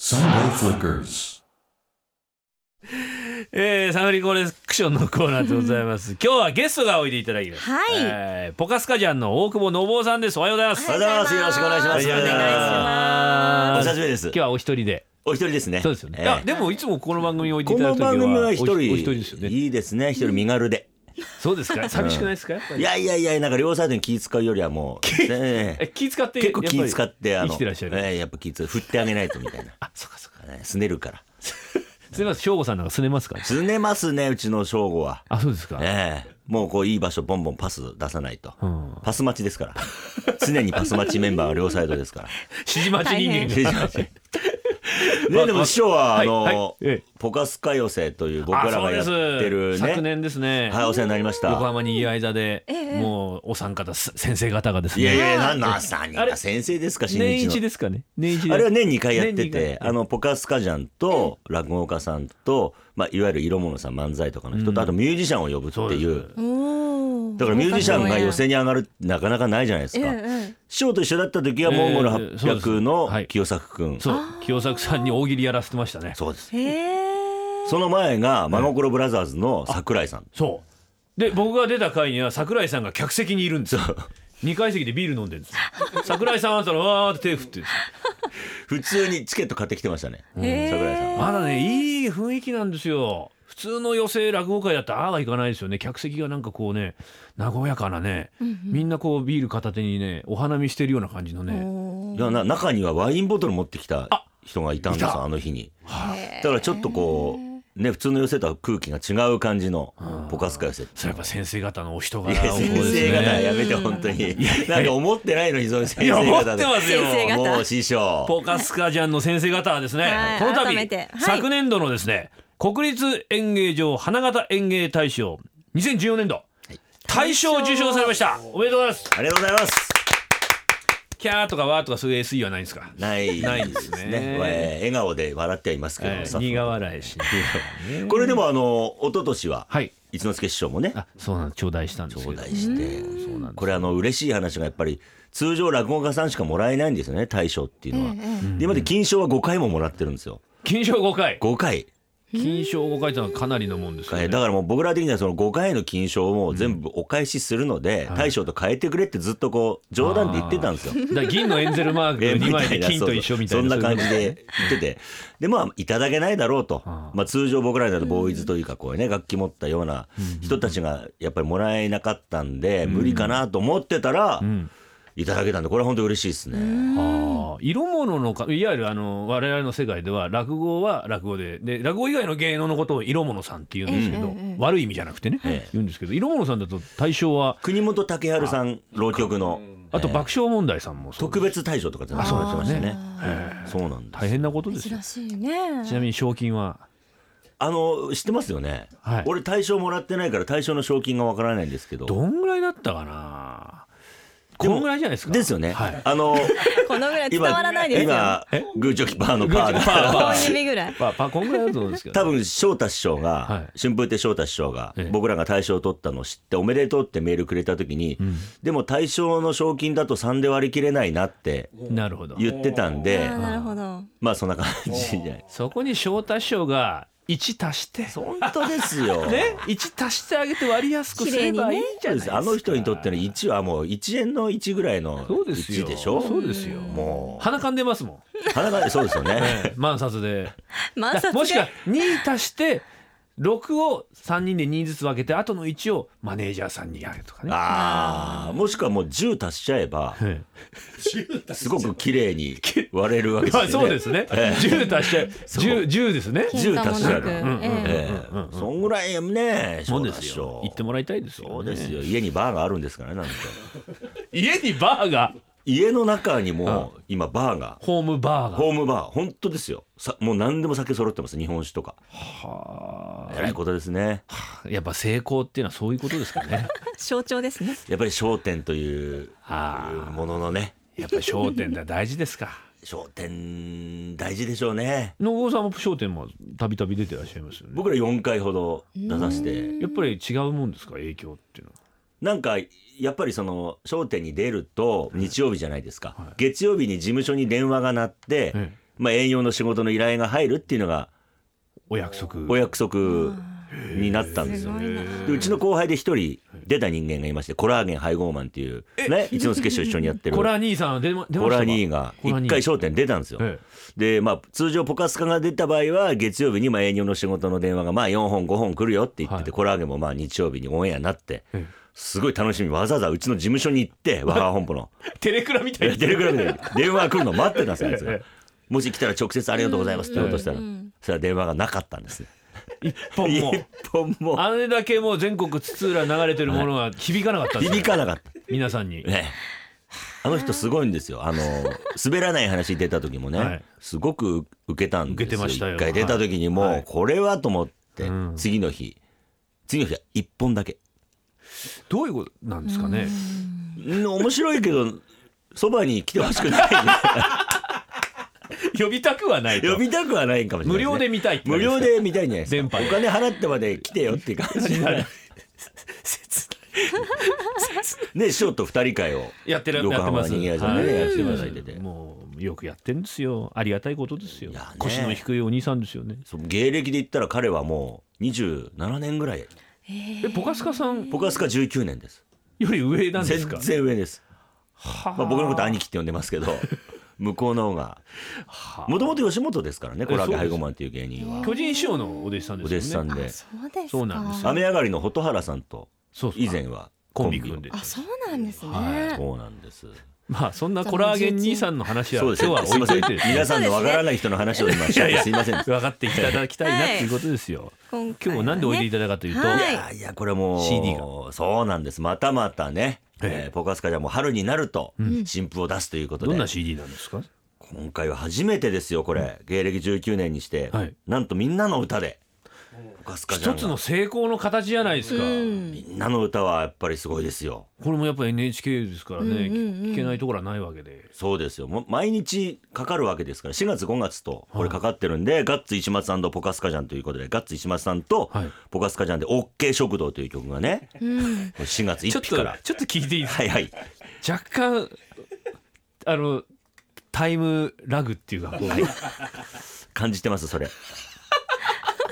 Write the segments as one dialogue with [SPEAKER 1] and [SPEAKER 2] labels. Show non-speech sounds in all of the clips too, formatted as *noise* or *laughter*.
[SPEAKER 1] Sunday Flickers.
[SPEAKER 2] えー、サムリコレクションのコーナーでございます。今日はゲストがおいでいただきます。
[SPEAKER 3] はい
[SPEAKER 2] えーポカスカジャンの大久保信夫さんです。おはようございます。
[SPEAKER 4] おはようございます。よろしくお願いします。
[SPEAKER 2] よろしくお願いし
[SPEAKER 4] お
[SPEAKER 2] ます
[SPEAKER 4] 久しぶりです
[SPEAKER 2] 今日。はお一人で。
[SPEAKER 4] お一人ですね。
[SPEAKER 2] そうですよね。
[SPEAKER 4] え
[SPEAKER 2] い
[SPEAKER 4] え
[SPEAKER 2] やでもいつもこの番組においてい
[SPEAKER 4] こ
[SPEAKER 2] ただ
[SPEAKER 4] の
[SPEAKER 2] くときは
[SPEAKER 4] 番組は一人
[SPEAKER 2] おお一人ですよね。
[SPEAKER 4] いいですね。一人身軽で。
[SPEAKER 2] そうですか。寂しくないですか。やっぱ
[SPEAKER 4] い
[SPEAKER 2] り。
[SPEAKER 4] やいやいや、なんか両サイドに気使うよりはもう、ね
[SPEAKER 2] え
[SPEAKER 4] え
[SPEAKER 2] 気使って
[SPEAKER 4] 結構気使って、
[SPEAKER 2] や
[SPEAKER 4] あ
[SPEAKER 2] ぱり
[SPEAKER 4] の、
[SPEAKER 2] 生きてらっしゃる。
[SPEAKER 4] ええやっぱ気使って振ってあげないとみたいな。 *laughs*
[SPEAKER 2] あそうかそうか。
[SPEAKER 4] ねすねるから。
[SPEAKER 2] すみません。翔吾さんなんかすねますから。
[SPEAKER 4] すねますね、うちの正吾は。
[SPEAKER 2] あそうですか。
[SPEAKER 4] ええもうこういい場所ボンボンパス出さないと。
[SPEAKER 2] うん。
[SPEAKER 4] パス待ちですから。常にパス待ちメンバーは両サイドで
[SPEAKER 2] *laughs*
[SPEAKER 4] すから。
[SPEAKER 2] 指示待ち人間が。
[SPEAKER 4] ねでも師匠はあ
[SPEAKER 2] はい
[SPEAKER 4] の
[SPEAKER 2] はいええ
[SPEAKER 4] ポカスカ寄せという僕らがやっ
[SPEAKER 2] あ
[SPEAKER 4] て
[SPEAKER 2] そうで
[SPEAKER 4] る
[SPEAKER 2] す昨
[SPEAKER 4] ね
[SPEAKER 2] 年ですね。
[SPEAKER 4] はいお世話になりました
[SPEAKER 2] 横浜にいる間で、
[SPEAKER 3] ええ
[SPEAKER 2] もうお三方す先生方がですね。
[SPEAKER 4] いやいやいやなんなん何
[SPEAKER 2] あれ
[SPEAKER 4] が先生ですか新
[SPEAKER 2] 年
[SPEAKER 4] 日
[SPEAKER 2] 一
[SPEAKER 4] の
[SPEAKER 2] ですかね。年一で。
[SPEAKER 4] あれは年2回やって
[SPEAKER 2] 年二
[SPEAKER 4] て
[SPEAKER 2] 回
[SPEAKER 4] あのポカスカジャンと落語家さんとまあいわゆる色物さん漫才とかの人とあとミュージシャンを呼ぶってい
[SPEAKER 2] そう
[SPEAKER 4] う
[SPEAKER 3] おー
[SPEAKER 4] だからミュージシャンが寄席に上がるってなかなかないじゃないです
[SPEAKER 3] ええ
[SPEAKER 4] か
[SPEAKER 3] ええ
[SPEAKER 4] 師匠と一緒だった時はモンゴル
[SPEAKER 2] ええそうです
[SPEAKER 4] 800
[SPEAKER 2] は
[SPEAKER 4] の
[SPEAKER 2] い
[SPEAKER 4] 清作くん
[SPEAKER 2] そう清作さんに大喜利やらせてましたね。
[SPEAKER 4] そうです
[SPEAKER 3] へー
[SPEAKER 4] その前が真心ブラザーズの桜井さん
[SPEAKER 2] そう。で僕が出た回には桜井さんが客席にいるんですよ。二階席でビール飲んでるんですよ。桜井さんはそのわーって手振ってるんですよ
[SPEAKER 4] 普通にチケット買ってきてましたね
[SPEAKER 3] へー
[SPEAKER 4] 桜井さん
[SPEAKER 2] ま
[SPEAKER 4] は
[SPEAKER 2] だねいい雰囲気なんですよ。普通の寄席落語会だったらああはいかないですよね。客席がなんかこうね和やかなね、みんなこうビール片手にねお花見してるような感じのね。
[SPEAKER 4] いやな中にはワインボトル持ってきた人がいたんです
[SPEAKER 2] いた
[SPEAKER 4] よあの日にだからちょっとこうね普通の寄せとは空気が違う感じのポカスカ寄せって
[SPEAKER 2] それやっぱ先生方のお人
[SPEAKER 4] い
[SPEAKER 2] 柄
[SPEAKER 4] や
[SPEAKER 2] をこう
[SPEAKER 4] 先
[SPEAKER 2] です
[SPEAKER 4] 生方
[SPEAKER 2] ね。
[SPEAKER 4] やめて本当になんか思ってないのにそういう
[SPEAKER 2] い
[SPEAKER 4] 先
[SPEAKER 2] や
[SPEAKER 4] 生
[SPEAKER 2] 思っ
[SPEAKER 4] 方
[SPEAKER 2] て
[SPEAKER 4] で
[SPEAKER 2] ますよ。
[SPEAKER 3] 先生方
[SPEAKER 4] もう師匠
[SPEAKER 2] ポカスカジャンの先生方はですね、
[SPEAKER 3] はい
[SPEAKER 2] この
[SPEAKER 3] 改
[SPEAKER 2] 度、
[SPEAKER 3] めてはい
[SPEAKER 2] 昨年度のですね国立演芸場花形演芸大賞2014年度、大賞を受賞されましたおめでとうございます
[SPEAKER 4] ありがとうございます
[SPEAKER 2] キャーとかワーとかそういう SE はないんですか
[SPEAKER 4] ない
[SPEAKER 2] ないですね
[SPEAKER 4] えー笑顔で笑ってはいますけ
[SPEAKER 2] え
[SPEAKER 4] どスタ
[SPEAKER 2] ー
[SPEAKER 4] ッフ
[SPEAKER 2] 苦笑いしね
[SPEAKER 4] これでもあの一昨年は
[SPEAKER 2] はい
[SPEAKER 4] 一之輔師匠もね
[SPEAKER 2] あそうなん頂戴したんですけ
[SPEAKER 4] 頂
[SPEAKER 2] ど
[SPEAKER 4] 戴してこれあの嬉しい話がやっぱり通常落語家さんしかもらえないんですよね大賞っていうのは、で今まで金賞は5回ももらってるんですよ
[SPEAKER 2] 金賞5回
[SPEAKER 4] 5回
[SPEAKER 2] 金賞5回ってのはかなりのもんですよ
[SPEAKER 4] え
[SPEAKER 2] ね
[SPEAKER 4] だからもう僕ら的にはその5回の金賞をもう全部お返しするので、大賞と変えてくれってずっとこう冗談で言ってたんですよ。 *laughs*
[SPEAKER 2] だから銀のエンゼルマーク
[SPEAKER 4] えー
[SPEAKER 2] 2枚で金と
[SPEAKER 4] そうそう
[SPEAKER 2] 一緒みたいな
[SPEAKER 4] そんな感じ
[SPEAKER 2] ういう
[SPEAKER 4] で言っててでまあいただけないだろうと、まあ、通常僕らだとボーイズというかこういうね楽器持ったような人たちがやっぱりもらえなかったんで無理かなと思ってたら、いただけたんでこれは本当嬉しいですね。
[SPEAKER 2] ああ色物のかいわゆるあの我々の世界では落語は落語でで落語以外の芸能のことを色物さんって言うんですけど、悪い意味じゃなくてね、言うんですけど色物さんだと対象は
[SPEAKER 4] 国本竹春さん浪曲の
[SPEAKER 2] あと爆笑問題さんもそう
[SPEAKER 4] 特別大賞とかってなってましたね。そうなんです。
[SPEAKER 2] 大変なことですよ
[SPEAKER 3] 珍しいね
[SPEAKER 2] ちなみに賞金は
[SPEAKER 4] あの知ってますよね
[SPEAKER 2] はい。
[SPEAKER 4] 俺大賞もらってないから大賞の賞金がわからないんですけど。
[SPEAKER 2] どんぐらいだったかなこ
[SPEAKER 4] でも
[SPEAKER 2] のぐらいじゃないですか
[SPEAKER 4] ですよね。
[SPEAKER 2] はい
[SPEAKER 4] あの
[SPEAKER 3] このぐ *laughs* らい伝
[SPEAKER 4] 今
[SPEAKER 3] わらないですよ
[SPEAKER 4] 今グーチョキパーのパー
[SPEAKER 2] グーチョキパー
[SPEAKER 4] が。
[SPEAKER 2] パ
[SPEAKER 3] 本指ぐらい
[SPEAKER 2] まあパコンぐらいだと思うんですけど
[SPEAKER 4] 多 *laughs* 分翔太師匠が、
[SPEAKER 2] はい
[SPEAKER 4] 春風亭翔太師匠が、
[SPEAKER 2] ええ
[SPEAKER 4] 僕らが大賞を取ったのを知っておめでとうってメールくれた時に、でも大賞の賞金だと3で割り切れないなって
[SPEAKER 2] なるほど
[SPEAKER 4] 言ってたんで
[SPEAKER 3] あーなるほど
[SPEAKER 4] まあそんな感じじゃ
[SPEAKER 2] *laughs*
[SPEAKER 4] ない
[SPEAKER 2] そこに翔太師匠が1足して
[SPEAKER 4] 本当ですよ、
[SPEAKER 2] ね1足してあげて割りやすくすればいいんじ
[SPEAKER 4] そう
[SPEAKER 2] ゃない
[SPEAKER 4] で
[SPEAKER 2] です
[SPEAKER 4] す
[SPEAKER 2] か
[SPEAKER 4] あの人にとっての1はもう1円の1ぐらいの
[SPEAKER 2] そうですよ
[SPEAKER 4] 1でしょ
[SPEAKER 2] そうですよ
[SPEAKER 4] も
[SPEAKER 2] 鼻かんでますもん
[SPEAKER 4] う鼻がそ
[SPEAKER 2] *laughs*
[SPEAKER 4] うですよね
[SPEAKER 2] 満札で
[SPEAKER 3] 満
[SPEAKER 2] だ
[SPEAKER 3] 札で
[SPEAKER 2] もしくは2足して6を3人で2ずつ分けて後の1をマネージャーさんにやるとかね
[SPEAKER 4] ああもしくはもう10足しちゃえば
[SPEAKER 2] え
[SPEAKER 4] すごく綺麗に割れるわけ
[SPEAKER 2] え
[SPEAKER 4] ですよ
[SPEAKER 2] あ *laughs* そ
[SPEAKER 4] ね
[SPEAKER 2] うですね10足して10 10ですね
[SPEAKER 4] 10
[SPEAKER 3] 喧嘩も
[SPEAKER 4] 足した
[SPEAKER 3] な
[SPEAKER 4] ら
[SPEAKER 3] く
[SPEAKER 4] ね
[SPEAKER 3] ええ
[SPEAKER 4] ええそんぐらいね
[SPEAKER 2] もん
[SPEAKER 4] で
[SPEAKER 2] ですよ行ってもらいたいですよね
[SPEAKER 4] そうですよ家にバーがあるんですから
[SPEAKER 2] *laughs*
[SPEAKER 4] ねなんて
[SPEAKER 2] 家にバーが
[SPEAKER 4] 家の中にも今バーが
[SPEAKER 2] ホームバーが
[SPEAKER 4] ホームバー本当ですよさもう何でも酒揃ってます日本酒とかえらいことですね
[SPEAKER 2] やっぱ成功っていうのはそういうことですから
[SPEAKER 4] *laughs*
[SPEAKER 2] ね
[SPEAKER 3] 象徴ですね
[SPEAKER 4] やっぱり商店という
[SPEAKER 2] あ
[SPEAKER 4] もののね
[SPEAKER 2] やっぱ商店って大事ですか
[SPEAKER 4] 商店大事でしょうね
[SPEAKER 2] 野郷さんも商店もたびたび出てらっしゃいますよね
[SPEAKER 4] 僕ら4回ほど出させて
[SPEAKER 2] やっぱり違うもんですか影響っていうのは
[SPEAKER 4] なんかやっぱりその『笑点』に出ると日曜日じゃないですか、月曜日に事務所に電話が鳴って、
[SPEAKER 2] ええ
[SPEAKER 4] まあ、営業の仕事の依頼が入るっていうのが
[SPEAKER 2] お約束
[SPEAKER 4] お約束になったんです
[SPEAKER 3] す
[SPEAKER 4] よ。
[SPEAKER 3] ごいな。
[SPEAKER 4] でうちの後輩で一人出た人間がいましてコラーゲン配合マンっていうね一之輔師匠一緒にやってる
[SPEAKER 2] コラ兄さん出ま出ま
[SPEAKER 4] コ
[SPEAKER 2] した
[SPEAKER 4] ラ
[SPEAKER 2] か
[SPEAKER 4] 兄が
[SPEAKER 2] コラ
[SPEAKER 4] 一
[SPEAKER 2] 兄
[SPEAKER 4] 回『笑点』出たんですよ。
[SPEAKER 2] え
[SPEAKER 4] でまあ通常ポカスカが出た場合は月曜日にまあ営業の仕事の電話がまあ4本5本来るよって言ってて、
[SPEAKER 2] はい
[SPEAKER 4] コラーゲンもまあ日曜日にオンエアになって
[SPEAKER 2] え
[SPEAKER 4] すごい楽しみわざわざうちの事務所に行って我が本部の
[SPEAKER 2] えテレクラみた
[SPEAKER 4] い
[SPEAKER 2] い
[SPEAKER 4] や
[SPEAKER 2] な
[SPEAKER 4] テレグラムで電話が来るの待ってたんですよあいつ
[SPEAKER 2] え
[SPEAKER 4] が
[SPEAKER 2] え。
[SPEAKER 4] もし来たら直接ありがとうございますって言おうとしたら、
[SPEAKER 3] う
[SPEAKER 4] そ
[SPEAKER 3] んう
[SPEAKER 4] したら電話がなかったんです。
[SPEAKER 2] 一本も
[SPEAKER 4] 一本も
[SPEAKER 2] あれだけもう全国津々浦流れてるもの
[SPEAKER 4] *laughs*
[SPEAKER 2] が響かなかったんですよ
[SPEAKER 4] 響かなかった。
[SPEAKER 2] 皆さんに
[SPEAKER 4] ね、あの人すごいんですよ。あの滑らない話出た時もね、
[SPEAKER 2] はい
[SPEAKER 4] すごく受けたん
[SPEAKER 2] 受
[SPEAKER 4] ですよ。
[SPEAKER 2] けてましたよ
[SPEAKER 4] 一回出た時にもう、
[SPEAKER 2] はい
[SPEAKER 4] これはと思って、
[SPEAKER 2] うん
[SPEAKER 4] 次の日次の日は一本だけ。
[SPEAKER 2] どういうことなんですかね
[SPEAKER 4] ん面白いけどそばに来てほしくない、
[SPEAKER 2] 呼びたくは *laughs* ないと
[SPEAKER 4] 呼びたくはないかもしれな
[SPEAKER 2] 無
[SPEAKER 4] いね、
[SPEAKER 2] 料で見たいって
[SPEAKER 4] 無
[SPEAKER 2] 感じす
[SPEAKER 4] 料で見たいんじゃないです
[SPEAKER 2] 電
[SPEAKER 4] か。
[SPEAKER 2] 波
[SPEAKER 4] お
[SPEAKER 2] で
[SPEAKER 4] 金払ってまで来てよっていう感じになる。ね、師匠と二人会を
[SPEAKER 2] やってる
[SPEAKER 4] 横
[SPEAKER 2] やって
[SPEAKER 4] 浜
[SPEAKER 2] ます
[SPEAKER 4] にぎやさんでね、
[SPEAKER 2] はい
[SPEAKER 4] やっていただいてて。
[SPEAKER 2] もうよくやってんですよありがたいことですよ、
[SPEAKER 4] いやね
[SPEAKER 2] 腰の低いお兄さんですよね
[SPEAKER 4] その芸歴で言ったら彼はもう27年ぐらい
[SPEAKER 2] えポカスカさん
[SPEAKER 4] 僕はスカ19年です
[SPEAKER 2] より上なんです
[SPEAKER 4] 全
[SPEAKER 2] か
[SPEAKER 4] 然上です、
[SPEAKER 2] はあ
[SPEAKER 4] まあ、僕のこと兄貴って呼んでま
[SPEAKER 2] *laughs*
[SPEAKER 4] すけど向こうの方が
[SPEAKER 2] はあ
[SPEAKER 4] もともと吉本ですからねコラーゲン
[SPEAKER 2] そう
[SPEAKER 4] ハ
[SPEAKER 2] です
[SPEAKER 4] イゴマンっていう芸人は
[SPEAKER 2] 巨人師匠のお弟子さんですよね
[SPEAKER 4] お弟子さんで
[SPEAKER 3] あそうですか。
[SPEAKER 2] そうなんですよ
[SPEAKER 4] 雨上がりの蛍原さんと
[SPEAKER 2] そうそう
[SPEAKER 4] 以前は
[SPEAKER 2] コンビ組んで
[SPEAKER 3] あ、そうなんですね。
[SPEAKER 2] は
[SPEAKER 4] そうなんです
[SPEAKER 2] まあそんなコラーゲン兄さんの話は
[SPEAKER 4] そ
[SPEAKER 2] 今
[SPEAKER 4] うで
[SPEAKER 2] 日
[SPEAKER 4] すね
[SPEAKER 2] は
[SPEAKER 4] す
[SPEAKER 2] 置
[SPEAKER 4] いま
[SPEAKER 2] いと
[SPEAKER 4] せ
[SPEAKER 2] いて
[SPEAKER 4] ん
[SPEAKER 2] ですね
[SPEAKER 4] 皆さんのわからない人の話を今しちゃってすいませんい
[SPEAKER 2] 分かっていただきたいなっていうことですよ、
[SPEAKER 3] 今回
[SPEAKER 2] 今日なんでおいでい
[SPEAKER 3] た
[SPEAKER 2] ただいたかというと、
[SPEAKER 3] はい
[SPEAKER 4] やいやこれもう
[SPEAKER 2] CD
[SPEAKER 4] そうなんですまたまたね、
[SPEAKER 2] ええ
[SPEAKER 4] えーポカスカじゃもう春になると新譜を出すということで、
[SPEAKER 2] どんな CD なんですか
[SPEAKER 4] 今回は初めてですよこれ芸歴19年にして、
[SPEAKER 2] はい
[SPEAKER 4] なんと「みんなの歌で「ポカスカジャ
[SPEAKER 2] 一
[SPEAKER 4] ンが
[SPEAKER 2] つの成功の形じゃないですか、
[SPEAKER 4] みんなの歌はやっぱりすごいですよ
[SPEAKER 2] これもやっぱ NHK ですからね、聞けないところはないわけで
[SPEAKER 4] そうですよもう毎日かかるわけですから4月5月とこれかかってるんで、ガッツ石松さんとポカスカジャンということでガッツ石松さんと
[SPEAKER 2] はい
[SPEAKER 4] ポカスカジャンで「OK 食堂」という曲がね、4月
[SPEAKER 2] ちょ
[SPEAKER 4] 1
[SPEAKER 2] っ
[SPEAKER 4] 日
[SPEAKER 2] と
[SPEAKER 4] から
[SPEAKER 2] ちょっと聞いていいですか
[SPEAKER 4] はいはい
[SPEAKER 2] 若干あのタイムラグっていうかこう、
[SPEAKER 4] 感じてますそれ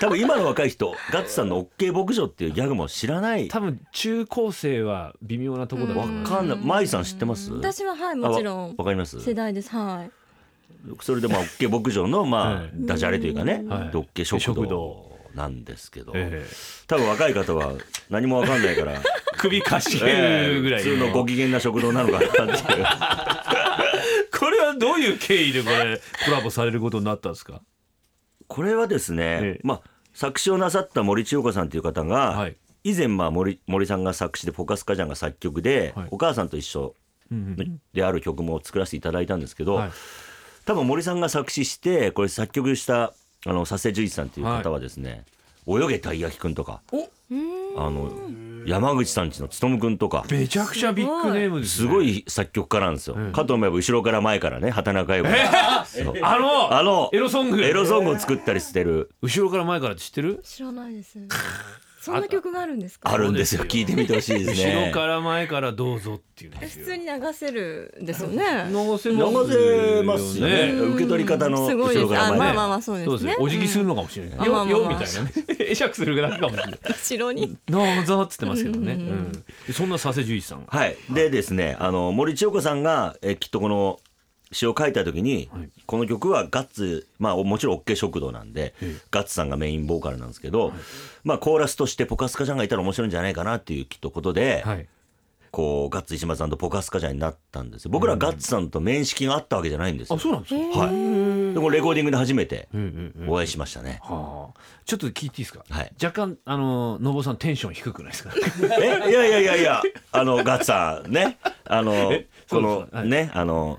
[SPEAKER 4] 多分今の若い人ガッツさんの「OK 牧場」っていうギャグも知らない
[SPEAKER 2] 多分中高生は微妙なところだと
[SPEAKER 4] わ
[SPEAKER 2] 思います
[SPEAKER 4] かんない舞さん知ってます
[SPEAKER 3] 私ははい
[SPEAKER 4] あ
[SPEAKER 3] も
[SPEAKER 4] わ
[SPEAKER 3] ちろん
[SPEAKER 4] わかります
[SPEAKER 3] 世代です。はい。
[SPEAKER 4] それでまあ
[SPEAKER 2] *laughs*
[SPEAKER 4] OK 牧場のまあ、
[SPEAKER 2] はい
[SPEAKER 4] ダジャレというかね、
[SPEAKER 2] はい
[SPEAKER 4] で OK 食
[SPEAKER 2] 食
[SPEAKER 4] 堂
[SPEAKER 2] 堂
[SPEAKER 4] なんですけど、
[SPEAKER 2] ええ
[SPEAKER 4] 多分若い方は何もわかんな
[SPEAKER 2] *laughs*
[SPEAKER 4] いから、
[SPEAKER 2] 首かしげ
[SPEAKER 4] ええ
[SPEAKER 2] るぐらいの、
[SPEAKER 4] 普通のご機嫌な食堂なのかなっていう *laughs*
[SPEAKER 2] これはどういう経緯でこれコラボされることになったんですか
[SPEAKER 4] これはですね、
[SPEAKER 2] ええ
[SPEAKER 4] まあ作詞をなさった森千代子さんという方が、
[SPEAKER 2] はい
[SPEAKER 4] 以前まあ森森さんが作詞で「ポカスカジャン」が作曲で「
[SPEAKER 2] はい
[SPEAKER 4] お母さんと一緒
[SPEAKER 2] うんうん」
[SPEAKER 4] である曲も作らせていただいたんですけど、
[SPEAKER 2] はい
[SPEAKER 4] 多分森さんが作詞してこれ作曲したあの佐世寿一さんという方はですね「泳げたい焼きくん」とか
[SPEAKER 2] お
[SPEAKER 4] あの山口さんちの勉くんとか
[SPEAKER 2] めちゃくちゃビッグネームです、
[SPEAKER 4] す
[SPEAKER 2] ね、
[SPEAKER 4] ごい作曲家なんですよ、かと思えば後ろから前からね畑中英子そう
[SPEAKER 2] あの
[SPEAKER 4] あの
[SPEAKER 2] エロソング
[SPEAKER 4] エロソングを作ったりしてる
[SPEAKER 2] 後ろから前からって知ってる
[SPEAKER 3] 知らない
[SPEAKER 4] *laughs*
[SPEAKER 3] です。そんな曲があるんですか。
[SPEAKER 4] あるんですよ
[SPEAKER 2] そうです
[SPEAKER 4] 聞いてみてほしいです
[SPEAKER 2] 後ろ
[SPEAKER 4] ね
[SPEAKER 2] から前からどうぞっていうん
[SPEAKER 3] え
[SPEAKER 2] です
[SPEAKER 3] 普
[SPEAKER 2] よ
[SPEAKER 3] 通に流せるんですよね。
[SPEAKER 2] 流せ
[SPEAKER 4] 流せますよね
[SPEAKER 3] うん
[SPEAKER 4] 受け取り方の
[SPEAKER 3] すご
[SPEAKER 4] 後
[SPEAKER 3] いです
[SPEAKER 4] ろから
[SPEAKER 3] あま
[SPEAKER 4] 前
[SPEAKER 3] あ
[SPEAKER 4] ね
[SPEAKER 3] まあまあそうで
[SPEAKER 2] そうですす
[SPEAKER 3] ね
[SPEAKER 2] ね。お辞儀するのかもしれない。
[SPEAKER 3] うんあ
[SPEAKER 2] よ
[SPEAKER 3] まあま
[SPEAKER 2] よ
[SPEAKER 3] あまあ
[SPEAKER 2] みたいなね。 *laughs* 会釈するぐらいかもしれない。
[SPEAKER 3] 後ろに。
[SPEAKER 2] どうぞっつってますけどね。う
[SPEAKER 3] うんうんうん
[SPEAKER 2] んでそんな佐世十一さんが。
[SPEAKER 4] はいでですねあの森千代子さんがえきっとこの詩を書いた時に、
[SPEAKER 2] はい
[SPEAKER 4] この曲はガッツまあもちろん OK 食堂なんで、
[SPEAKER 2] ええ
[SPEAKER 4] ガッツさんがメインボーカルなんですけど、まあコーラスとしてポカスカちゃんがいたら面白いんじゃないかなっていうきっとことで、
[SPEAKER 2] はい。
[SPEAKER 4] こうガッツ石松さんとポカスカちゃんになったんですよ僕らガッツさんと面識があったわけじゃないんですよ
[SPEAKER 2] あ、、そうなんですか。
[SPEAKER 4] はい、でもレコーディングで初めて
[SPEAKER 2] うんうんうん
[SPEAKER 4] お会いしましたね、
[SPEAKER 2] はあ。ちょっと聞いていいですか。
[SPEAKER 4] はい
[SPEAKER 2] 若干あののぼさんテンション低くないですか。
[SPEAKER 4] えいやいやいやいやあのガッツさんねあの
[SPEAKER 2] えそ
[SPEAKER 4] こ
[SPEAKER 2] う
[SPEAKER 4] の
[SPEAKER 2] ですかはい
[SPEAKER 4] ねあの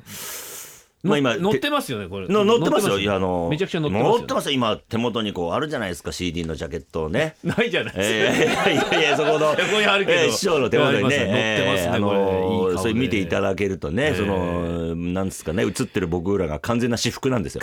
[SPEAKER 4] ま
[SPEAKER 2] の
[SPEAKER 4] あ今
[SPEAKER 2] 乗ってますよねこれ。
[SPEAKER 4] の乗ってますよ。いやあの
[SPEAKER 2] めちゃくちゃ乗ってますよね。
[SPEAKER 4] 乗ってますよ今手元にこうあるじゃないですか CD のジャケットを
[SPEAKER 2] *laughs*
[SPEAKER 4] ね。
[SPEAKER 2] ないじゃない
[SPEAKER 4] えー
[SPEAKER 2] ですか。
[SPEAKER 4] いやいやそこの
[SPEAKER 2] ここにあるけど
[SPEAKER 4] えー師匠の手元
[SPEAKER 2] あり
[SPEAKER 4] にね
[SPEAKER 2] ますよ乗ってますね
[SPEAKER 4] えーあの
[SPEAKER 2] これいい顔で
[SPEAKER 4] それ見ていただけるとね、そのなんですかね映ってる僕らが完全な私服なん
[SPEAKER 2] *laughs*
[SPEAKER 4] ですよ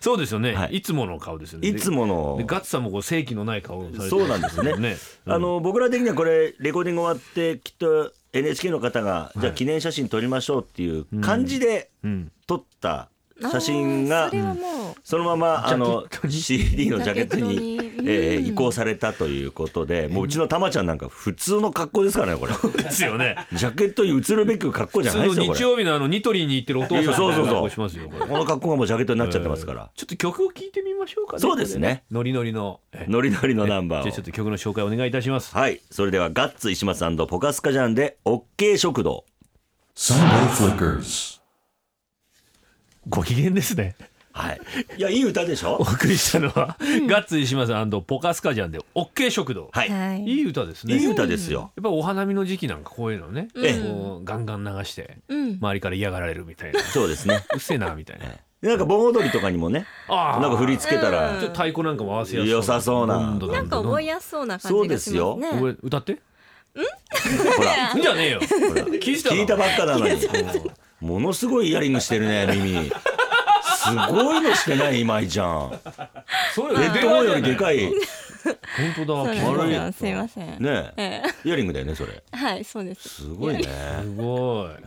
[SPEAKER 2] そうですよね、
[SPEAKER 4] はい
[SPEAKER 2] い。つもの顔ですよね。
[SPEAKER 4] いつもの
[SPEAKER 2] でガッツさんもこう正気のない顔をされてます
[SPEAKER 4] そうなんですねあの僕ら的にはこれレコーディング終わってきっと NHK の方が、じゃあ記念写真撮りましょうっていう感じで
[SPEAKER 2] うん。
[SPEAKER 4] 撮った写真が
[SPEAKER 3] あーそれはも
[SPEAKER 4] そのままあの
[SPEAKER 2] ジャケットに
[SPEAKER 4] CD のジャケットに
[SPEAKER 3] ジャケットに
[SPEAKER 4] えー
[SPEAKER 3] うん
[SPEAKER 4] 移行されたということでもううちのたまちゃんなんか普通の格好ですからねこれ
[SPEAKER 2] ですよね。
[SPEAKER 4] ジャケットに映るべき格好じ
[SPEAKER 2] 普
[SPEAKER 4] ゃ
[SPEAKER 2] 通
[SPEAKER 4] ないですよ
[SPEAKER 2] の
[SPEAKER 4] こ
[SPEAKER 2] 日
[SPEAKER 4] れ
[SPEAKER 2] 曜日のあのニトリに行ってるお父さんみたい
[SPEAKER 4] そう
[SPEAKER 2] な
[SPEAKER 4] そうそう
[SPEAKER 2] 格好しますよ。これ
[SPEAKER 4] この格好がもうジャケットになっちゃってますから
[SPEAKER 2] えーちょっと曲を聴いてみましょうかね。
[SPEAKER 4] そうですね
[SPEAKER 2] ここで。ノリノリの。えー
[SPEAKER 4] *laughs* ノリノリのナンバ
[SPEAKER 2] じゃあちょ
[SPEAKER 4] ー
[SPEAKER 2] っ
[SPEAKER 4] を
[SPEAKER 2] と曲の紹介お願いいたします。
[SPEAKER 4] はいそれではガッツ石松ポカスカジャンで OK 食堂
[SPEAKER 1] Sunday Flickers.
[SPEAKER 2] ご機嫌ですね。
[SPEAKER 4] はいいやいい歌でしょ
[SPEAKER 2] お送りしたのは、ガッツ石松ポカスカジャンで OK 食堂。
[SPEAKER 4] は
[SPEAKER 3] う
[SPEAKER 4] い
[SPEAKER 3] はい
[SPEAKER 2] いい歌ですね。
[SPEAKER 4] いい歌ですよ
[SPEAKER 2] やっぱお花見の時期なんかこういうのね、
[SPEAKER 3] ええ
[SPEAKER 2] こうガンガン流して
[SPEAKER 3] うん
[SPEAKER 2] 周りから嫌がられるみ
[SPEAKER 3] *laughs*
[SPEAKER 2] たいな、
[SPEAKER 4] そうですね
[SPEAKER 2] うっせえなみたいな。
[SPEAKER 4] なんか盆踊りとかにもね
[SPEAKER 2] ああ、
[SPEAKER 4] なんか振り付けたら、
[SPEAKER 3] うん
[SPEAKER 2] ちょっと太鼓なんかも合わせやすい。
[SPEAKER 4] 良さそうな
[SPEAKER 2] どどど
[SPEAKER 3] なんか覚えやすそうな感じがします
[SPEAKER 4] そうで
[SPEAKER 3] ね
[SPEAKER 2] 覚え歌って？
[SPEAKER 4] ほら
[SPEAKER 2] じゃねえよ。
[SPEAKER 4] ほら
[SPEAKER 2] 聞いたの
[SPEAKER 4] 聞いたばっかなのにものすごいイヤリングしてるね耳すごいのしてない今井ちゃん
[SPEAKER 2] そ
[SPEAKER 4] ヘ
[SPEAKER 2] れ
[SPEAKER 4] ッドホンよりでかいね
[SPEAKER 2] 本当
[SPEAKER 3] そ
[SPEAKER 2] だ。
[SPEAKER 3] う
[SPEAKER 2] 黄
[SPEAKER 3] なん
[SPEAKER 2] 色
[SPEAKER 3] で
[SPEAKER 2] い
[SPEAKER 3] すよすいません
[SPEAKER 4] え
[SPEAKER 3] え *laughs*
[SPEAKER 4] イヤリングだよねそれ
[SPEAKER 3] えはいそうです
[SPEAKER 4] すごいね
[SPEAKER 2] すごい。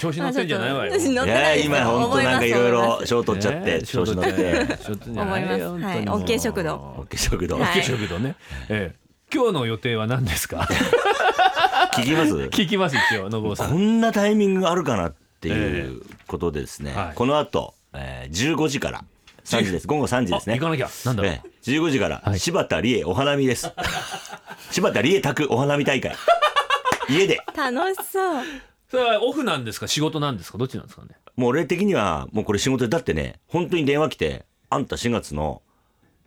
[SPEAKER 2] 調子乗
[SPEAKER 3] あ
[SPEAKER 2] っ
[SPEAKER 3] ちょ
[SPEAKER 2] て
[SPEAKER 3] っ
[SPEAKER 2] ん
[SPEAKER 3] と
[SPEAKER 2] じゃないわよ。
[SPEAKER 3] 私乗っ
[SPEAKER 4] い
[SPEAKER 3] て
[SPEAKER 4] や
[SPEAKER 3] な
[SPEAKER 4] ー
[SPEAKER 3] いです
[SPEAKER 4] 今本当なんかいろいろ賞取っちゃっ
[SPEAKER 2] ね
[SPEAKER 4] て調子乗っ
[SPEAKER 2] ね
[SPEAKER 4] て
[SPEAKER 2] ちょっとじゃないよ
[SPEAKER 3] 思いま
[SPEAKER 2] 本
[SPEAKER 3] すはい
[SPEAKER 2] 当にもう
[SPEAKER 3] OK 食堂
[SPEAKER 4] OK 食堂
[SPEAKER 3] はい
[SPEAKER 2] 軽食堂ね。ええ今日の予定は何です
[SPEAKER 4] *laughs*
[SPEAKER 2] か？
[SPEAKER 4] 聞きます *laughs*
[SPEAKER 2] 聞きます一応野郷さ
[SPEAKER 4] こ
[SPEAKER 2] ん。
[SPEAKER 4] んなタイミングがあるかなっていうことでですね、
[SPEAKER 2] はい
[SPEAKER 4] この後、えー、15時から3時です午後3時です
[SPEAKER 2] あ
[SPEAKER 4] ね
[SPEAKER 2] 行かなきゃ。なんだろう
[SPEAKER 4] え。え15時から
[SPEAKER 2] い
[SPEAKER 4] 柴田理恵お花見です
[SPEAKER 2] *laughs*
[SPEAKER 4] 柴田理恵宅お花見大会家で
[SPEAKER 3] 楽しそう
[SPEAKER 2] それはオフなんですか仕事なんですかどっちなんですかね。
[SPEAKER 4] もう俺的にはもうこれ仕事でだってね本当に電話来てあんた4月の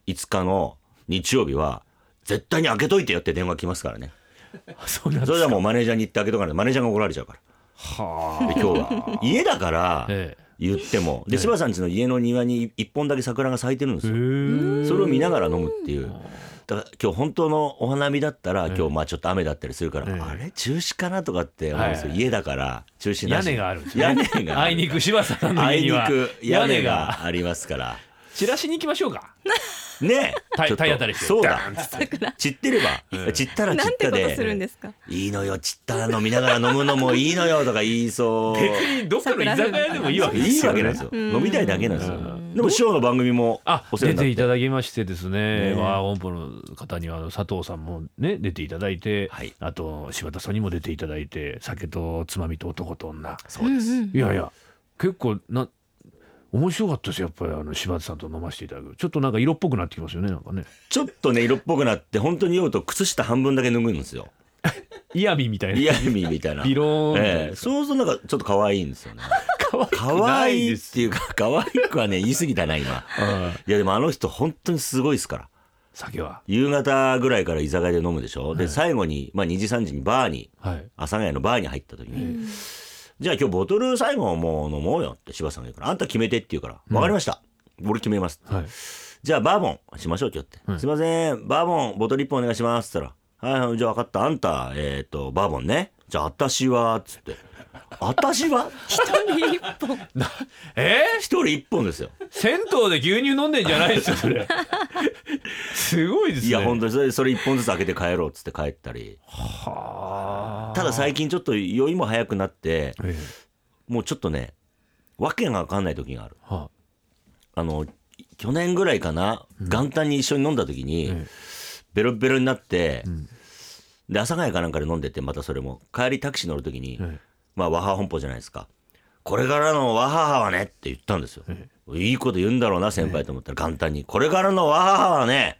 [SPEAKER 4] 5日の日曜日は絶対に開けといてよって電話来ますからね
[SPEAKER 2] あそうなんで
[SPEAKER 4] それ
[SPEAKER 2] す
[SPEAKER 4] じゃ
[SPEAKER 2] か。
[SPEAKER 4] もうマネージャーに行って開けとかないとマネージャーが怒られちゃうから
[SPEAKER 2] は
[SPEAKER 4] で今日は家だから
[SPEAKER 2] *laughs* ええ
[SPEAKER 4] 言ってもで柴田さんちの家の庭に1本だけ桜が咲いてるんです
[SPEAKER 2] あ。へ
[SPEAKER 4] よ
[SPEAKER 2] え。
[SPEAKER 4] それを見ながら飲むっていう。だから今日本当のお花見だったら今日まあちょっと雨だったりするから、
[SPEAKER 2] ええ
[SPEAKER 4] あれ中止かなとかって思うんですよ、
[SPEAKER 2] はい
[SPEAKER 4] 家だから中止な
[SPEAKER 2] 屋
[SPEAKER 4] し
[SPEAKER 2] 根があるんですね
[SPEAKER 4] 屋根が
[SPEAKER 2] あいにく柴田さんの
[SPEAKER 4] あ
[SPEAKER 2] 家
[SPEAKER 4] い
[SPEAKER 2] に
[SPEAKER 4] に
[SPEAKER 2] は
[SPEAKER 4] く屋
[SPEAKER 2] 屋
[SPEAKER 4] 根
[SPEAKER 2] 根
[SPEAKER 4] が
[SPEAKER 2] が
[SPEAKER 4] ありますから
[SPEAKER 2] チラシに行きましょうか
[SPEAKER 4] ね
[SPEAKER 2] 体
[SPEAKER 4] ちょっと
[SPEAKER 2] 体当たりして
[SPEAKER 4] そう
[SPEAKER 2] ダ
[SPEAKER 4] だ
[SPEAKER 2] ーンっつって
[SPEAKER 4] 散ってれば、散ったら
[SPEAKER 3] な
[SPEAKER 4] 散っ
[SPEAKER 3] ん
[SPEAKER 4] た
[SPEAKER 3] てこ
[SPEAKER 4] で
[SPEAKER 3] とするんですか
[SPEAKER 4] いいのよ散ったの見ながら飲むのもいいのよとか言いそう
[SPEAKER 2] 別にどっかの居酒屋でもいいわけで
[SPEAKER 4] いい
[SPEAKER 2] すよ
[SPEAKER 4] わ
[SPEAKER 2] ね
[SPEAKER 4] けなんですよ
[SPEAKER 3] ん
[SPEAKER 4] 飲みたいだけなんですよでも師匠の番組も
[SPEAKER 2] あ
[SPEAKER 4] お世
[SPEAKER 2] 出
[SPEAKER 4] 話になって
[SPEAKER 2] いただきましてですね
[SPEAKER 4] ね
[SPEAKER 2] 和音符の方にはあの佐藤さんもね出ていただいて、
[SPEAKER 4] はい
[SPEAKER 2] あと柴田さんにも出ていただいて酒とつまみと男と女
[SPEAKER 4] そうです、
[SPEAKER 2] いやいや結構な面白かったですよやっぱりあの柴田さんと飲ませていただくちょっとなんか色っぽくなってきますよねなんか
[SPEAKER 4] *laughs*
[SPEAKER 2] ね
[SPEAKER 4] ちょっとね色っぽくなって本当に酔うと靴下半分だけ脱ぐんですよ
[SPEAKER 2] イヤミみたいな
[SPEAKER 4] リアルミみ
[SPEAKER 2] *laughs*
[SPEAKER 4] たいな
[SPEAKER 2] ビローンみたいな
[SPEAKER 4] ええ、そうするとなんかちょっと可愛いんですよね。可
[SPEAKER 2] ない
[SPEAKER 4] 愛い
[SPEAKER 2] で
[SPEAKER 4] っ
[SPEAKER 2] す
[SPEAKER 4] ていうか可愛くはね言い過ぎたな今。
[SPEAKER 2] うん
[SPEAKER 4] いやでもあの人本当にすごいですから。
[SPEAKER 2] 酒は
[SPEAKER 4] 夕方ぐらいから居酒屋で飲むでしょ。で最後にまあ2時3時にバーに
[SPEAKER 2] はい
[SPEAKER 4] 阿佐ヶ谷のバーに入った時に。じゃあ今日ボトル最後もう飲もうよって柴さんが言うからあんた決めてって言うから分かりました、俺決めますって、
[SPEAKER 2] はい
[SPEAKER 4] じゃあバーボンしましょう今日って、
[SPEAKER 2] はい
[SPEAKER 4] すいませんバーボンボトル1本お願いしますって言ったら「はいはいじゃあ分かったあんたえっ、とバーボンねじゃあ私は」っつって「私は?」
[SPEAKER 2] え
[SPEAKER 4] 一人一本ですよ。
[SPEAKER 2] ー、銭湯で牛乳飲んでんじゃないですよそれすごいですね
[SPEAKER 4] いや本当にそれそれ一本ずつ開けて帰ろうっつって帰ったり。
[SPEAKER 2] はあ
[SPEAKER 4] ただ最近ちょっと酔いも早くなって、
[SPEAKER 2] ええ
[SPEAKER 4] もうちょっとね、わけがわかんない時がある。
[SPEAKER 2] は
[SPEAKER 4] あの去年ぐらいかな、元旦に一緒に飲んだ時に、
[SPEAKER 2] え
[SPEAKER 4] ベロッベロになって、
[SPEAKER 2] ん
[SPEAKER 4] で阿佐ヶ谷かなんかで飲んでてまたそれも帰りタクシー乗る時に、
[SPEAKER 2] ええ
[SPEAKER 4] まあ和ハ本舗じゃないですか。これからの和ハはねって言ったんですよ。いいこと言うんだろうな先輩と思ったら元旦にこれからの和ハはね、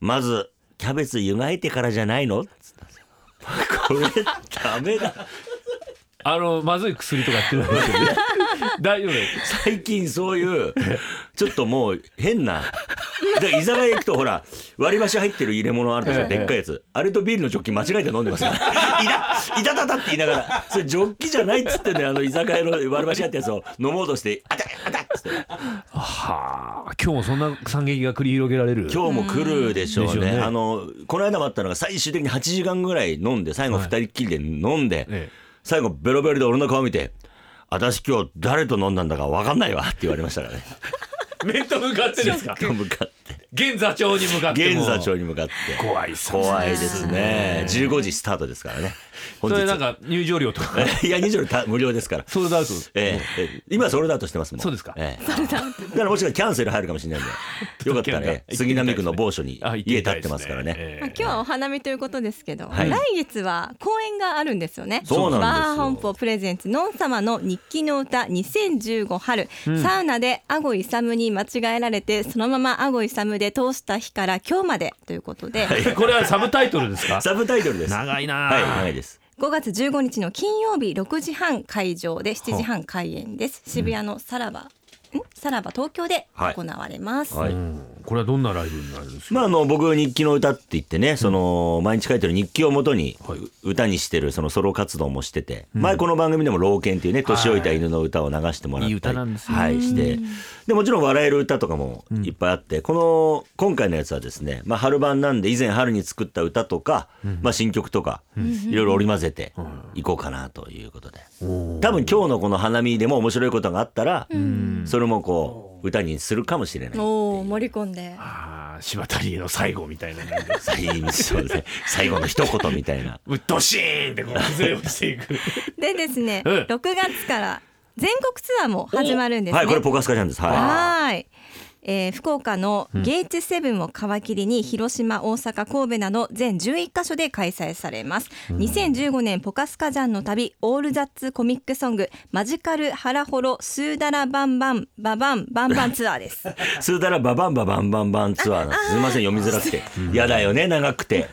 [SPEAKER 4] まずキャベツ湯がいてからじゃないのっつったんですよ。 *laughs* これダメだ。
[SPEAKER 2] あのまずい薬とかやってるん
[SPEAKER 4] *laughs*
[SPEAKER 2] ですよね大丈夫です
[SPEAKER 4] 最近そういうちょっともう変な。だから居酒屋行くとほら割り箸入ってる入れ物あるでし
[SPEAKER 2] え
[SPEAKER 4] ょ
[SPEAKER 2] え
[SPEAKER 4] でっかいやつあれとビールのジョッキ間違えて飲んでますから「いたいたたた」って言いながらそれジョッキじゃないっつってねあの居酒屋の割り箸入ったやつを飲もうとして「あたあた」っつって
[SPEAKER 2] はあ今日もそんな惨劇が繰り広げられる
[SPEAKER 4] 今日も来るでしょうね
[SPEAKER 2] でしょうね
[SPEAKER 4] あのこの間もあったのが最終的に8時間ぐらい飲んで最後
[SPEAKER 2] はい
[SPEAKER 4] 2人っきりで飲んで、
[SPEAKER 2] え
[SPEAKER 4] 最後ベロベロで俺の顔見て「私今日誰と飲んだんだか分かんないわ」って言われましたからね
[SPEAKER 2] え面と向かってですか
[SPEAKER 4] *laughs* 向かって
[SPEAKER 2] 現座長に向かっても
[SPEAKER 4] 現座長に向かって
[SPEAKER 2] 怖いっすね
[SPEAKER 4] 怖いですね15時スタートですからね
[SPEAKER 2] そ
[SPEAKER 4] 本日
[SPEAKER 2] れなんか入場料とか
[SPEAKER 4] *laughs* いや20た無料ですから
[SPEAKER 2] ソールドアウト
[SPEAKER 4] ええええ今ソールドアウトしてますもん
[SPEAKER 2] そうですか
[SPEAKER 4] ええだからもしかしたらキャンセル入るかもしれない
[SPEAKER 2] *laughs*
[SPEAKER 4] んでよかった
[SPEAKER 2] ちょっとキャ
[SPEAKER 4] ら
[SPEAKER 2] ン
[SPEAKER 4] ね
[SPEAKER 2] セル
[SPEAKER 4] 杉並区の某所に
[SPEAKER 2] あ行って
[SPEAKER 4] 家
[SPEAKER 2] みた
[SPEAKER 4] 建
[SPEAKER 2] い
[SPEAKER 4] ってますからね
[SPEAKER 2] え
[SPEAKER 3] まあ
[SPEAKER 2] え
[SPEAKER 3] 今日はお花見ということですけど、
[SPEAKER 4] はい
[SPEAKER 3] 来月は公演があるんですよね。
[SPEAKER 4] そうなんですよ
[SPEAKER 3] バー本舗プレゼンツノン様の日記の歌2015春、サウナでアゴイサムに間違えられてそのままアゴイサムで通した日から今日までということで、
[SPEAKER 2] これはサブタイトルです
[SPEAKER 4] *laughs*
[SPEAKER 2] か
[SPEAKER 4] サブタイトルです
[SPEAKER 2] 長いな
[SPEAKER 4] はい
[SPEAKER 2] ぁ
[SPEAKER 4] 長いです
[SPEAKER 3] 5月15日の金曜日6時半会場で7時半開演です。渋谷のさらば、んさらば東京で行われます。
[SPEAKER 4] はい
[SPEAKER 2] うんこれはどんなライブになるんですか
[SPEAKER 4] *laughs* まあ、あの僕日記の歌って言ってねその毎日書いてる日記をもとに
[SPEAKER 2] はいう
[SPEAKER 4] 歌にしてるそのソロ活動もしてて前この番組でも「老犬」っていうね年老いた犬の歌を流してもら
[SPEAKER 2] いい
[SPEAKER 4] っ
[SPEAKER 2] 歌なん
[SPEAKER 4] たり
[SPEAKER 2] ですよ
[SPEAKER 4] はいしてでもちろん笑える歌とかもいっぱいあってこの今回のやつはですねまあ春版なんで以前春に作った歌とかまあ新曲とかいろいろ織り交ぜていこうかなということで多分今日のこの花見でも面白いことがあったらそれもこう歌にするかもしれない。
[SPEAKER 3] おお盛り込んで。
[SPEAKER 2] あー柴田理恵の最後みたいななんか
[SPEAKER 4] 最後そうですね最後の一言みたいな。
[SPEAKER 2] うっとしーんってこう崩れ落ちていく
[SPEAKER 3] でですね、
[SPEAKER 2] うん
[SPEAKER 3] 6月から全国ツアーも始まるんですね。
[SPEAKER 4] はい、これポカスカちゃんです。は
[SPEAKER 3] はーい。えー福岡のゲイチセブンを皮切りに広島、大阪、神戸など全11カ所で開催されます。2015年ポカスカジャンの旅、オールザッツコミックソング、マジカルハラホロスーダラバンバンババンバンバンツアーです。
[SPEAKER 4] い。スーダラババンババンバンバンツアーなんです。すみません、読みづらくて。やだよね、長くて。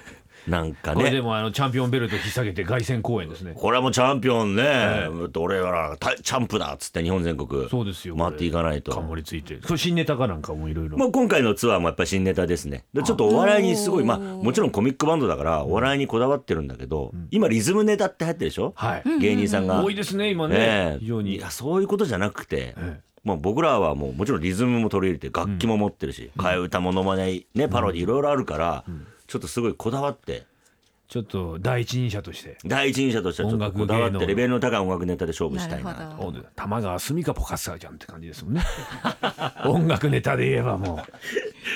[SPEAKER 4] なん
[SPEAKER 2] *laughs*
[SPEAKER 4] か
[SPEAKER 2] これで
[SPEAKER 4] ね。
[SPEAKER 2] もあのチャンピオンベルト引っ提げて凱旋公演ですね
[SPEAKER 4] これはもうチャンピオンね、俺はたチャンプだっつって日本全国
[SPEAKER 2] そうですよ
[SPEAKER 4] 回っていかないと。
[SPEAKER 2] 冠ついてそれ新ネタかなんかもいろいろ
[SPEAKER 4] まあ、今回のツアーもやっぱり新ネタですねでちょっとお笑いにすごいまあもちろんコミックバンドだからお笑いにこだわってるんだけど、今リズムネタって入ってるでしょ、
[SPEAKER 2] はい
[SPEAKER 4] 芸人さんが、
[SPEAKER 2] 多いですね今
[SPEAKER 4] え
[SPEAKER 2] ね
[SPEAKER 4] え
[SPEAKER 2] 非常
[SPEAKER 4] い
[SPEAKER 2] に
[SPEAKER 4] やそういうことじゃなく
[SPEAKER 2] え
[SPEAKER 4] て、
[SPEAKER 2] え
[SPEAKER 4] まあ、僕らはもうもちろんリズムも取り入れて楽器も持ってるし、替え歌ものまねねパロディいろいろあるから、ちょっとすごいこだわって
[SPEAKER 2] ちょっと第一人者として
[SPEAKER 4] 第一人者としてはちょっとこだわっ
[SPEAKER 2] 音楽芸
[SPEAKER 4] て
[SPEAKER 2] 能
[SPEAKER 4] レベルの高い音楽ネタで勝負したいな
[SPEAKER 3] なるほ
[SPEAKER 4] と
[SPEAKER 3] ど
[SPEAKER 2] お玉川すみかポカスカちゃんって感じです
[SPEAKER 4] *laughs*
[SPEAKER 2] もんね音楽ネタで言えばも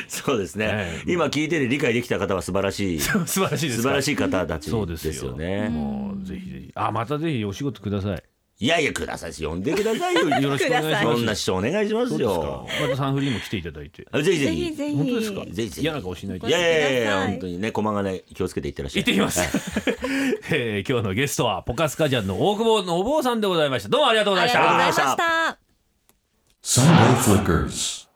[SPEAKER 4] そうですね、
[SPEAKER 2] え
[SPEAKER 4] 今聞いてて理解できた方は素晴らしい素
[SPEAKER 2] う素晴らしいです
[SPEAKER 4] 晴ら
[SPEAKER 2] い
[SPEAKER 4] しい方たち
[SPEAKER 2] そうですよ
[SPEAKER 4] ですよね。
[SPEAKER 2] もうぜひぜひあまたぜひお仕事ください
[SPEAKER 4] いやいやください呼んでくださいよ
[SPEAKER 2] よろしくお願いします
[SPEAKER 4] そんな師匠お願いしますよ
[SPEAKER 2] またサンフリーも来ていただいて
[SPEAKER 4] あぜひぜ
[SPEAKER 3] ぜ
[SPEAKER 4] ひ
[SPEAKER 3] ひぜひ。
[SPEAKER 2] 本当ですか
[SPEAKER 4] ぜひぜひ
[SPEAKER 2] 嫌な顔しないで
[SPEAKER 4] いやいやいやい
[SPEAKER 3] ご覧
[SPEAKER 4] や
[SPEAKER 3] ください
[SPEAKER 4] 本当にね駒がね気をつけていってらっ
[SPEAKER 2] 行
[SPEAKER 4] しゃい
[SPEAKER 2] ってき
[SPEAKER 4] *laughs*
[SPEAKER 2] ます、えー今日のゲストはポカスカジャンの大久保のお坊さんでございましたどうもありがとうございました
[SPEAKER 3] ありがとうございました。
[SPEAKER 1] Sunday Flickers.